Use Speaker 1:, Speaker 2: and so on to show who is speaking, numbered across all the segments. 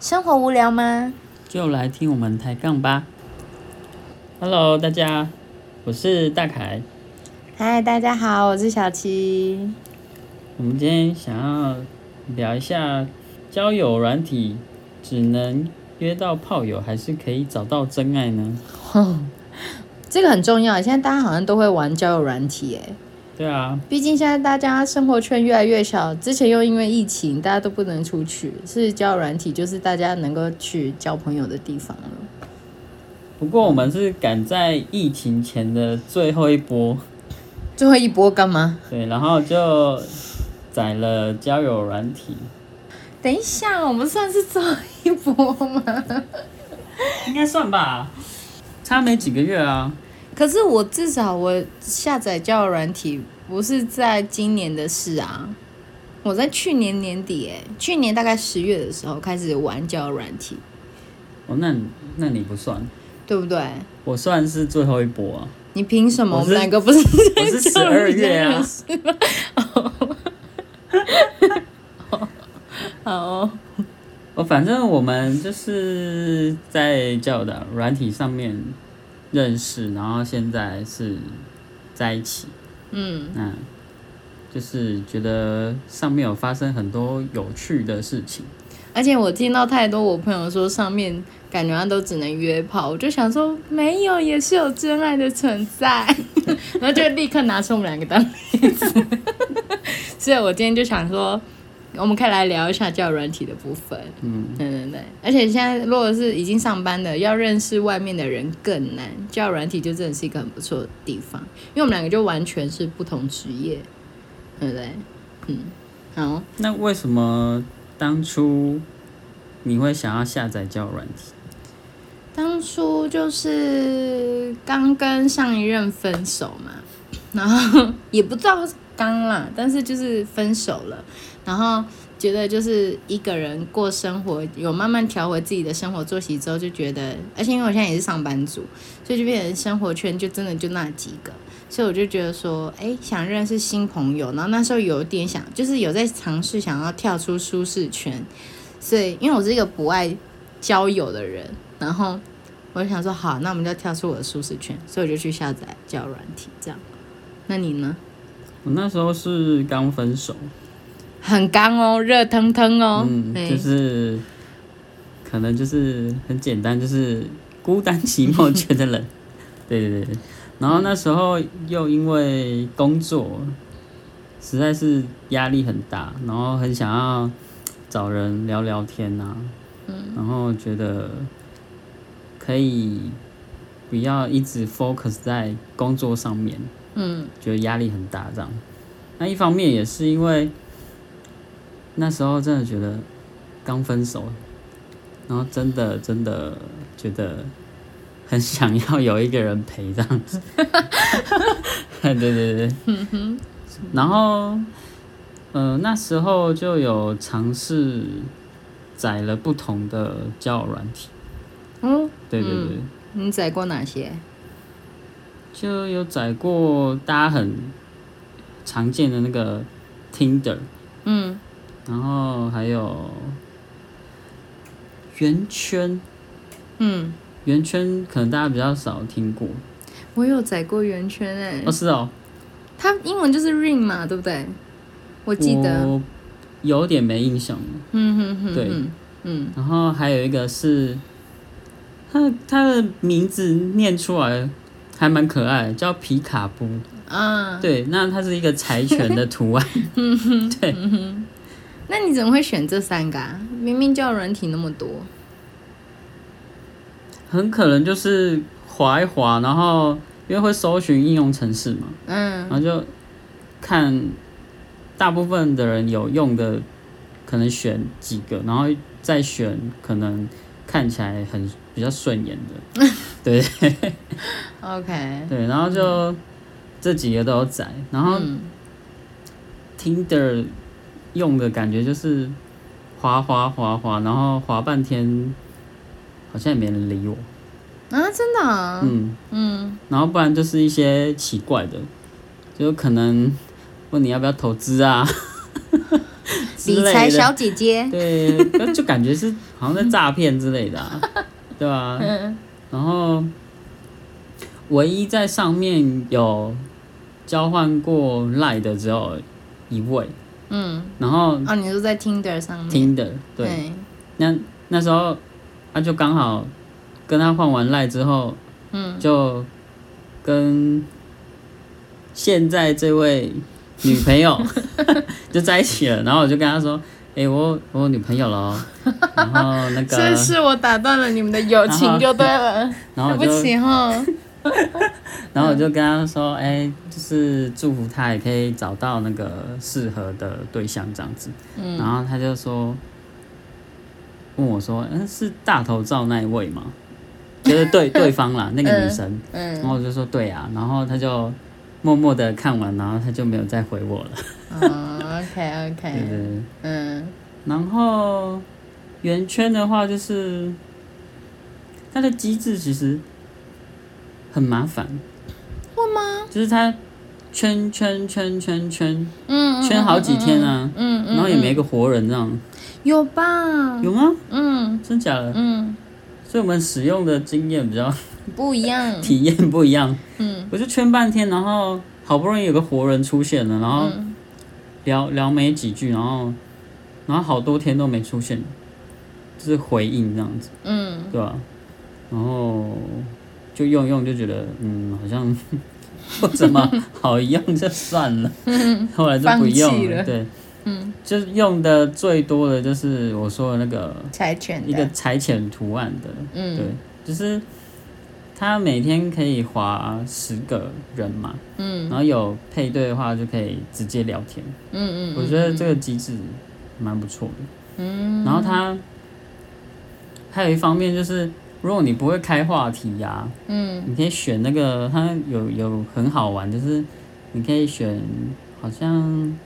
Speaker 1: 生活无聊吗？
Speaker 2: 就来听我们抬杠吧。Hello，大家，我是大凯。
Speaker 1: 嗨，大家好，我是小七。
Speaker 2: 我们今天想要聊一下交友软体，只能约到炮友，还是可以找到真爱呢？
Speaker 1: 这个很重要，现在大家好像都会玩交友软体，哎，
Speaker 2: 对啊，
Speaker 1: 毕竟现在大家生活圈越来越小，之前又因为疫情大家都不能出去，所以交友软体就是大家能够去交朋友的地方了。
Speaker 2: 不过我们是赶在疫情前的最后一波，
Speaker 1: 最后一波干嘛？
Speaker 2: 对，然后就载了交友软体，
Speaker 1: 等一下，我们算是最后一波吗？
Speaker 2: 应该算吧，差没几个月啊。
Speaker 1: 可是我至少我下载交友软体不是在今年的事啊，我在去年年底哎、去年大概十月的时候开始玩交友软体，
Speaker 2: 哦，那你那你不算，
Speaker 1: 对不对？
Speaker 2: 我算是最后一波啊。
Speaker 1: 你凭什么？
Speaker 2: 我
Speaker 1: 我
Speaker 2: 是
Speaker 1: 们两个不是
Speaker 2: 我是
Speaker 1: 交
Speaker 2: 十
Speaker 1: 友
Speaker 2: 二
Speaker 1: 软体
Speaker 2: 月啊，
Speaker 1: 好哦，
Speaker 2: 我反正我们就是在交友的软体上面认识，然后现在是在一起。
Speaker 1: 嗯，
Speaker 2: 那就是觉得上面有发生很多有趣的事情。
Speaker 1: 而且我听到太多我朋友说上面感觉他都只能约炮，我就想说没有也是有真爱的存在， 然后就立刻拿出我们两个当例子。 所以我今天就想说，我们可以来聊一下交友软体的部分。
Speaker 2: 嗯，
Speaker 1: 对对对，而且现在如果是已经上班的，要认识外面的人更难，交友软体就真的是一个很不错的地方，因为我们两个就完全是不同职业，对不对？嗯，好。
Speaker 2: 那为什么当初你会想要下载交友软体？
Speaker 1: 当初就是刚跟上一任分手嘛， 然后也不知道是刚啦，但是就是分手了，然后觉得就是一个人过生活，有慢慢调回自己的生活作息之后，就觉得，而且因为我现在也是上班族，所以就变成生活圈就真的就那几个，所以我就觉得说，哎，想认识新朋友，然后那时候有点想，就是有在尝试想要跳出舒适圈，所以因为我是一个不爱交友的人，然后我就想说，好，那我们就要跳出我的舒适圈，所以我就去下载交友软体，这样。那你呢？
Speaker 2: 我那时候是刚分手，
Speaker 1: 很刚哦，热腾腾哦，
Speaker 2: 嗯，
Speaker 1: 哎
Speaker 2: 就是可能就是很简单，就是孤单寂寞觉 得冷，对对对对。然后那时候又因为工作实在是压力很大，然后很想要找人聊聊天呐、
Speaker 1: 嗯
Speaker 2: 然后觉得可以不要一直 focus 在工作上面，
Speaker 1: 嗯，
Speaker 2: 觉得压力很大这样。那一方面也是因为那时候真的觉得刚分手，然后真的真的觉得很想要有一个人陪这样子。 对对对对，然后呃那时候就有尝试载了不同的交友软体，
Speaker 1: 哦，
Speaker 2: 对对对。
Speaker 1: 你载过哪些？
Speaker 2: 就有载过大家很常见的那个 Tinder，
Speaker 1: 嗯，
Speaker 2: 然后还有圆圈，
Speaker 1: 嗯，
Speaker 2: 圆圈可能大家比较少听过。
Speaker 1: 我有载过圆圈哎、
Speaker 2: 哦，是哦，
Speaker 1: 它英文就是 ring 嘛，对不对？我记得，
Speaker 2: 我有点没印象了。
Speaker 1: 嗯哼哼，
Speaker 2: 对
Speaker 1: 嗯嗯，
Speaker 2: 然后还有一个是，它它的名字念出来还蛮可爱的，叫皮卡布。
Speaker 1: 啊，
Speaker 2: 对，那它是一个柴犬的图案。
Speaker 1: 那你怎么会选这三个啊？明明交友软体那么多，
Speaker 2: 很可能就是划一划，然后因为会搜寻应用程式嘛，
Speaker 1: 嗯
Speaker 2: 然后就看大部分的人有用的，可能选几个，然后再选可能看起来很比较顺眼 的，对
Speaker 1: ，OK，
Speaker 2: 对，然后就这几个都有载，然后
Speaker 1: 嗯
Speaker 2: Tinder 用的感觉就是滑滑滑滑，然后滑半天，好像也没人理我，
Speaker 1: 啊，真的、啊，
Speaker 2: 嗯，
Speaker 1: 嗯，
Speaker 2: 然后不然就是一些奇怪的，就可能问你要不要投资啊 之
Speaker 1: 理
Speaker 2: 类
Speaker 1: 财
Speaker 2: 的，
Speaker 1: 小姐姐，
Speaker 2: 对，就就感觉是好像在诈骗之类的、啊， 对啊吧、
Speaker 1: 嗯，
Speaker 2: 然后唯一在上面有交换过赖的只有一位，
Speaker 1: 嗯，
Speaker 2: 然后
Speaker 1: 哦，你说在 Tinder 上面，哎
Speaker 2: 听的对，
Speaker 1: 对，
Speaker 2: 那那时候他就刚好跟他换完赖之后，
Speaker 1: 嗯，
Speaker 2: 就跟现在这位女朋 友就在一起了，然后我就跟他说。哎、我我有女朋友了哦，然后那 个，
Speaker 1: 这是我打断了你们的友情就对了，
Speaker 2: 然
Speaker 1: 对
Speaker 2: 后我
Speaker 1: 不
Speaker 2: 就
Speaker 1: 起哦 哈，
Speaker 2: 然后我就跟他说，哎、就是祝福他也可以找到那个适合的对象这样子。
Speaker 1: 嗯
Speaker 2: 然后他就说，问我说，嗯、是大头照那一位吗？就是对对方 啦，那个女生。然
Speaker 1: 嗯，
Speaker 2: 后我就说对啊，然后他就默默的看完，然后他就没有再回我了。
Speaker 1: 哦，OK
Speaker 2: 对对
Speaker 1: OK，
Speaker 2: 对。
Speaker 1: 嗯，
Speaker 2: 然后圆圈的话，就是它的机制其实很麻烦。
Speaker 1: 会吗？
Speaker 2: 就是它圈圈圈圈圈
Speaker 1: 嗯，嗯
Speaker 2: 圈好几天，啊，
Speaker 1: 嗯嗯嗯嗯嗯，
Speaker 2: 然后也没个活人这样，
Speaker 1: 有吧？
Speaker 2: 有吗？
Speaker 1: 嗯
Speaker 2: 真假的？
Speaker 1: 嗯，
Speaker 2: 所以我们使用的经验比较
Speaker 1: 不一样，
Speaker 2: 体验不一样。
Speaker 1: 嗯
Speaker 2: 我就圈半天，然后好不容易有个活人出现了，然后
Speaker 1: 嗯，
Speaker 2: 聊聊没几句，然后然后好多天都没出现，就是回应这样子，
Speaker 1: 嗯，
Speaker 2: 对吧、然后就用一用就觉得，嗯，好像 不怎么好用，就算了。后来就不
Speaker 1: 嗯放
Speaker 2: 用
Speaker 1: 弃了
Speaker 2: 对。
Speaker 1: 嗯，
Speaker 2: 就是用的最多的就是我说的那个
Speaker 1: 柴犬
Speaker 2: 一个
Speaker 1: 的，
Speaker 2: 裁剪图案的，对
Speaker 1: 嗯，
Speaker 2: 就是它每天可以划十个人嘛，
Speaker 1: 嗯
Speaker 2: 然后有配对的话就可以直接聊天，
Speaker 1: 嗯嗯，
Speaker 2: 我觉得这个机制蛮不错的。
Speaker 1: 嗯，
Speaker 2: 然后它还有一方面就是，如果你不会开话题呀、
Speaker 1: 嗯
Speaker 2: 你可以选那个，它有有很好玩，就是你可以选好像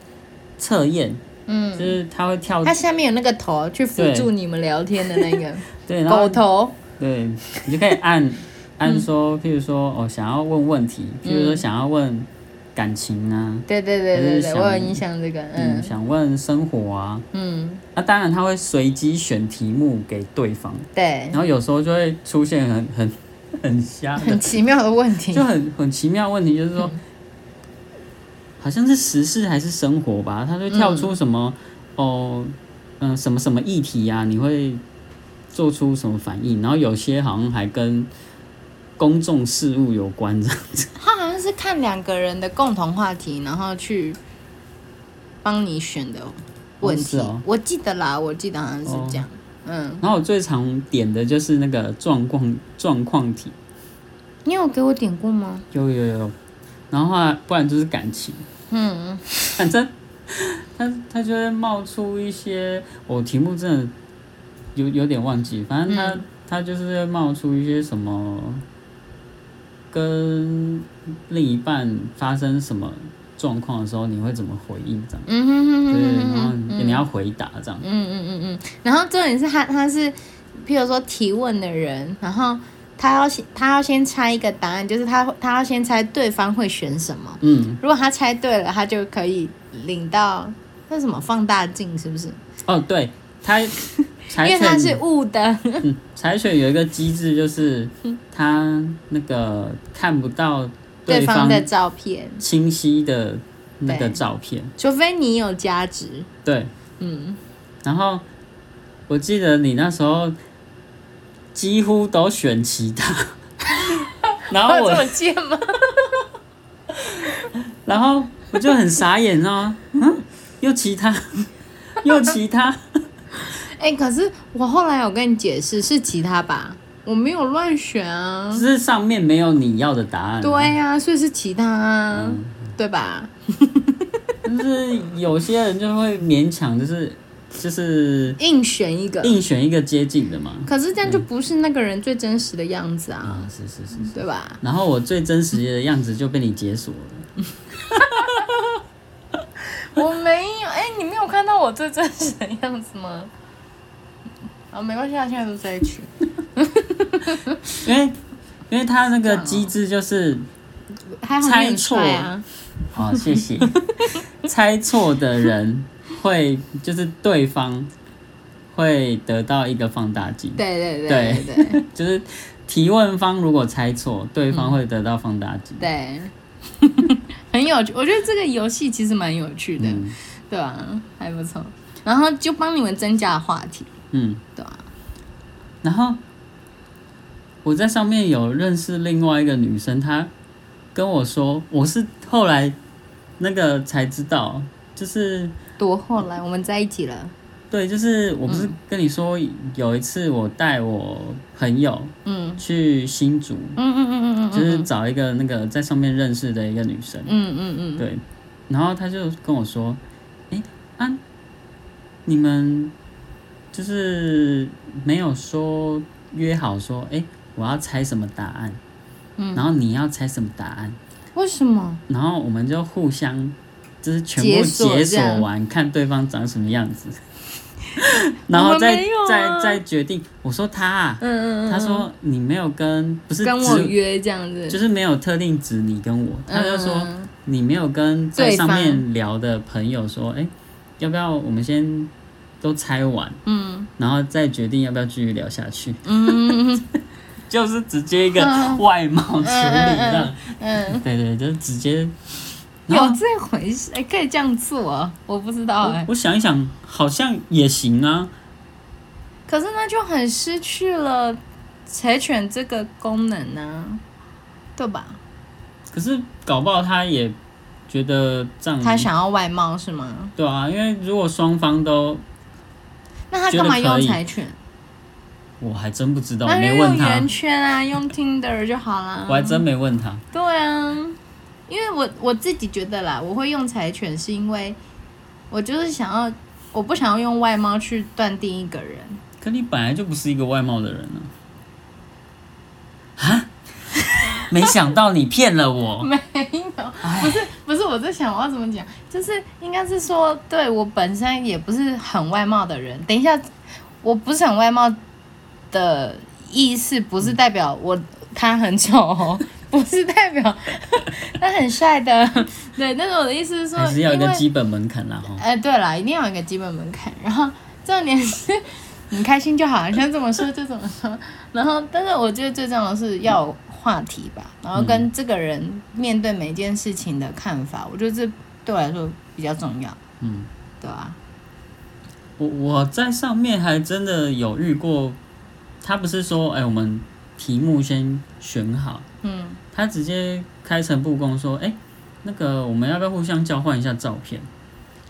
Speaker 2: 测验，就
Speaker 1: 嗯，
Speaker 2: 是它会跳
Speaker 1: 它下面有那个头去辅助你们聊天的那个
Speaker 2: 对， 然后
Speaker 1: 狗头，
Speaker 2: 对，你就可以 按按说，譬如说哦，想要问问题，譬如说
Speaker 1: 嗯
Speaker 2: 想要问感情啊，
Speaker 1: 对对对对
Speaker 2: 还
Speaker 1: 对，
Speaker 2: 是想
Speaker 1: 我有印象这个，
Speaker 2: 嗯，
Speaker 1: 嗯
Speaker 2: 想问生活啊，
Speaker 1: 嗯，
Speaker 2: 那、当然他会随机选题目给对方，
Speaker 1: 对
Speaker 2: 然，后有时候就会出现很很很瞎的
Speaker 1: 很，奇嗯妙的问题
Speaker 2: 就，很很奇妙的问题，就是说。好像是时事还是生活吧，他就跳出什么、哦，嗯、什么什么议题啊，你会做出什么反应？然后有些好像还跟公众事务有关这样子。
Speaker 1: 它好像是看两个人的共同话题，然后去帮你选的问题
Speaker 2: 哦是哦，
Speaker 1: 我记得啦，我记得好像是这样，嗯，
Speaker 2: 然后我最常点的就是那个状况状况题，
Speaker 1: 你有给我点过吗？
Speaker 2: 有有有，然后后来不然就是感情，
Speaker 1: 嗯
Speaker 2: 反正 他他就会冒出一些，我、题目真的有有点忘记，反正他、
Speaker 1: 嗯
Speaker 2: 他就是会冒出一些什么跟另一半发生什么状况的时候，你会怎么回应这样？
Speaker 1: 嗯哼哼
Speaker 2: 对，
Speaker 1: 哼哼哼
Speaker 2: 然后
Speaker 1: 哼。
Speaker 2: 你你要回答这样，
Speaker 1: 嗯嗯嗯嗯，然后重点是他他是，譬如说提问的人，然后他要先他要先猜一个答案，就是他他要先猜对方会选什么。
Speaker 2: 嗯，
Speaker 1: 如果他猜对了，他就可以领到那什么放大镜，是不是？
Speaker 2: 哦，对，他
Speaker 1: 因
Speaker 2: 柴
Speaker 1: 为他是
Speaker 2: 犬，
Speaker 1: 雾的。
Speaker 2: 嗯，柴犬有一个机制就是
Speaker 1: 嗯
Speaker 2: 他那个看不到
Speaker 1: 对
Speaker 2: 方
Speaker 1: 方的照片，
Speaker 2: 清晰的那个
Speaker 1: 对
Speaker 2: 照片，
Speaker 1: 除非你有价值，
Speaker 2: 对。
Speaker 1: 嗯，
Speaker 2: 然后我记得你那时候几乎都选其他， 然后
Speaker 1: 哦我这
Speaker 2: 我，
Speaker 1: 么贱吗？
Speaker 2: 然后我就很傻眼哦，嗯，又其他， 又其他，
Speaker 1: 哎、可是我后来有跟你解释是其他吧，我没有乱选啊
Speaker 2: 只。是上面没有你要的答案。
Speaker 1: 对呀、所以是其他啊，对吧？
Speaker 2: 但是有些人就会勉强，就是就是
Speaker 1: 硬选一个，
Speaker 2: 硬选一个接近的嘛。
Speaker 1: 可是这样就不是那个人最真实的样子啊，
Speaker 2: 啊，是是是。
Speaker 1: 对吧？
Speaker 2: 然后我最真实的样子就被你解锁了。
Speaker 1: 我没有，哎、你没有看到我最真实的样子吗？啊，没关系啊，现在都在一起。
Speaker 2: 因为因为他那个机制就是，
Speaker 1: 还好你很帅啊，
Speaker 2: 好、谢谢，猜错的人会就是对方会得到一个放大镜，
Speaker 1: 对对对对对
Speaker 2: 就是提问方如果猜错，对
Speaker 1: 嗯
Speaker 2: 方会得到放大镜。
Speaker 1: 对，很有趣。我觉得这个游戏其实蛮有趣的，
Speaker 2: 嗯
Speaker 1: 对吧、还不错。然后就帮你们增加话题，
Speaker 2: 嗯，
Speaker 1: 对啊吧、
Speaker 2: 然后我在上面有认识另外一个女生，她跟我说，我是后来那个才知道，就是
Speaker 1: 多后来我们在一起了，
Speaker 2: 对，就是我
Speaker 1: 嗯
Speaker 2: 不是跟你说有一次我带我朋友
Speaker 1: 嗯
Speaker 2: 去新竹，
Speaker 1: 嗯嗯嗯嗯嗯，
Speaker 2: 就是
Speaker 1: 嗯
Speaker 2: 找一个那个在上面认识的一个女生，
Speaker 1: 嗯嗯嗯，
Speaker 2: 对，然后她就跟我说，哎、啊，你们就是没有说约好说，哎、我要猜什么答案，
Speaker 1: 嗯
Speaker 2: 然后你要猜什么答案，
Speaker 1: 为什么？
Speaker 2: 然后我们就互相就是全
Speaker 1: 解
Speaker 2: 部
Speaker 1: 锁
Speaker 2: 解
Speaker 1: 这样
Speaker 2: 锁完，看对方长什么样 子，然后再、
Speaker 1: 我们没有啊
Speaker 2: 再再决定。我说他、啊，
Speaker 1: 嗯嗯嗯，
Speaker 2: 他说你没有跟不是
Speaker 1: 跟我
Speaker 2: 指，
Speaker 1: 约这样子，
Speaker 2: 嗯就是是没有特定指你跟我，他就说
Speaker 1: 嗯
Speaker 2: 你没有跟在
Speaker 1: 对
Speaker 2: 上
Speaker 1: 方
Speaker 2: 面聊的朋友说，哎、要不要我们先都猜完，
Speaker 1: 嗯
Speaker 2: 然后再决定要不要继续聊下去，
Speaker 1: 嗯嗯
Speaker 2: 就是直接一个
Speaker 1: 嗯
Speaker 2: 外貌处理这样，
Speaker 1: 嗯嗯，
Speaker 2: 对对，就是直接。然后
Speaker 1: 有这回事？哎，可以这样做啊？我不知道哎
Speaker 2: 我，我想一想，好像也行啊。
Speaker 1: 可是那就很失去了柴犬这个功能呢，对吧？
Speaker 2: 可是搞不好他也觉得这样，
Speaker 1: 他想要外貌是吗？
Speaker 2: 对啊，因为如果双方都，
Speaker 1: 那他干嘛
Speaker 2: 觉得
Speaker 1: 用
Speaker 2: 可以
Speaker 1: 柴犬？
Speaker 2: 我还真不知道，
Speaker 1: 那就
Speaker 2: 没
Speaker 1: 用
Speaker 2: 问他
Speaker 1: 圆，圈嗯啊，用 Tinder 就好啦。
Speaker 2: 我还真没问他。
Speaker 1: 对啊，因为我我自己觉得啦，我会用柴犬是因为我就是想要，我不想要用外貌去断定一个人。
Speaker 2: 可你本来就不是一个外貌的人啊！啊，没想到你骗 了我。
Speaker 1: 没有，不是不是，我在想我要怎么讲，就是应该是说，对我本身也不是很外貌的人。等一下，我不是很外貌的意思，不是代表我他很丑、 哦，不是代表他很帅的。对，但是我的意思是说，
Speaker 2: 还是要有
Speaker 1: 因
Speaker 2: 一个
Speaker 1: 为
Speaker 2: 基本门槛啦，哈。
Speaker 1: 哎、对了，一定要有一个基本门槛。然后重点是你开心就好，你想怎么说就怎么说。然后，但是我觉得最重要的是要有话题吧，然后
Speaker 2: 嗯
Speaker 1: 跟这个人面对每件事情的看法，我觉得这对我来说比较重要，
Speaker 2: 嗯，
Speaker 1: 对吧、
Speaker 2: 我我在上面还真的有遇过，他不是说，哎、我们题目先选好，
Speaker 1: 嗯，
Speaker 2: 他直接开诚布公说，哎、那个我们要不要互相交换一下照片？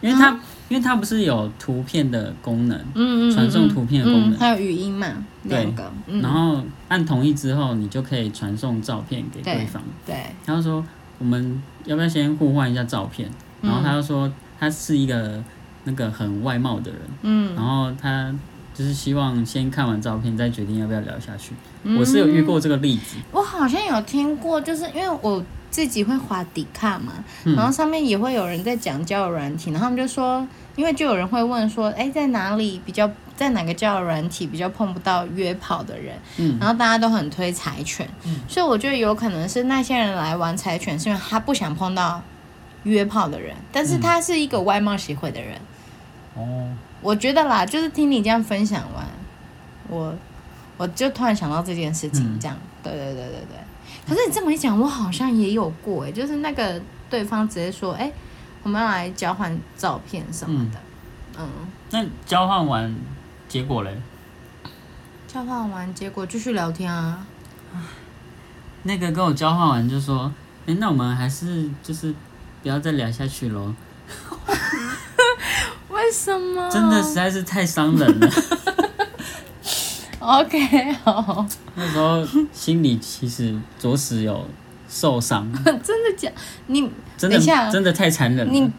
Speaker 2: 因为他、因为他不是有图片的功能，
Speaker 1: 嗯嗯嗯嗯，
Speaker 2: 传送图片的功能
Speaker 1: 嗯，还有语音嘛，
Speaker 2: 对
Speaker 1: 两个，嗯，
Speaker 2: 然后按同意之后，你就可以传送照片给对方。
Speaker 1: 对，
Speaker 2: 他就说我们要不要先互换一下照片？
Speaker 1: 嗯
Speaker 2: 然后他就说他是一个那个很外貌的人，
Speaker 1: 嗯
Speaker 2: 然后他就是希望先看完照片再决定要不要聊下去。
Speaker 1: 嗯
Speaker 2: 我是有遇过这个例子，
Speaker 1: 我好像有听过，就是因为我自己会滑迪卡嘛，然后上面也会有人在讲交友软体，然后他们就说，因为就有人会问说，哎，在哪里比较，在哪个交友软体比较碰不到约炮的人？
Speaker 2: 嗯
Speaker 1: 然后大家都很推柴犬，所以我觉得有可能是那些人来玩柴犬，是因为他不想碰到约炮的人，但是他是一个外貌协会的人，
Speaker 2: 哦，
Speaker 1: 我觉得啦，就是听你这样分享完，我我就突然想到这件事情，
Speaker 2: 嗯
Speaker 1: 这样，对对对对对。可是你这么一讲，我好像也有过哎、就是那个对方直接说，哎、我们要来交换照片什么的，嗯
Speaker 2: 那交换完结果嘞？
Speaker 1: 交换完结果继续聊天啊，
Speaker 2: 那个跟我交换完就说，哎、那我们还是就是不要再聊下去喽，
Speaker 1: 为什么？
Speaker 2: 真的实在是太伤 人了。
Speaker 1: OK 好，
Speaker 2: 那时候心里其实着实有受伤，
Speaker 1: 真的假？你
Speaker 2: 真的
Speaker 1: 等一下啊
Speaker 2: 真的太残忍
Speaker 1: 你
Speaker 2: 了。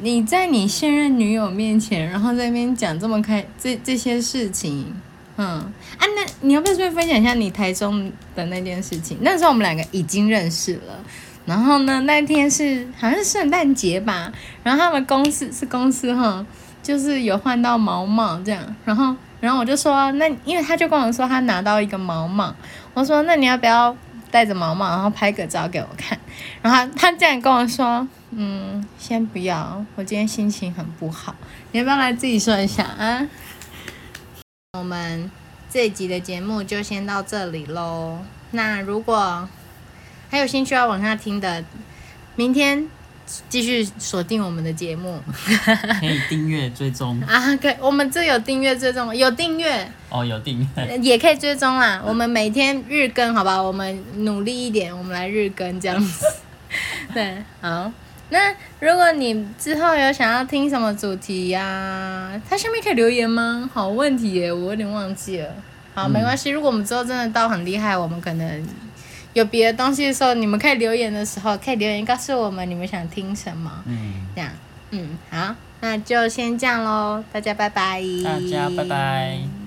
Speaker 1: 你在你现任女友面前，然后在那边讲这么开这这些事情，嗯啊，那你要不要顺便分享一下你台中的那件事情？那时候我们两个已经认识了，然后呢，那天是好像是圣诞节吧，然后他们公司是公司哈，就是有换到毛毛这样，然后然后我就说，那因为他就跟我说他拿到一个毛毛，我说那你要不要带着毛毛，然后拍个照给我看？然后他他竟然跟我说，嗯，先不要，我今天心情很不好，你要不要来自己说一下啊？我们这一集的节目就先到这里喽。那如果还有兴趣要往下听的，明天继续锁定我们的节目
Speaker 2: 可以订阅追踪
Speaker 1: 啊。可以我们这有订阅追踪，有订阅
Speaker 2: 哦，有订阅，
Speaker 1: 呃 也可以追踪啦。我们每天日更，好吧？我们努力一点，我们来日更这样 子。对，好。那如果你之后有想要听什么主题呀、它下面可以留言吗？好问题耶，我有点忘记了。好，没关系。如果我们之后真的到很厉害，我们可能有别的东西的时候，你们可以留言的时候，可以留言告诉我们你们想听什么。
Speaker 2: 嗯，
Speaker 1: 这样，嗯，好，那就先这样喽，大家拜拜。
Speaker 2: 大家拜拜。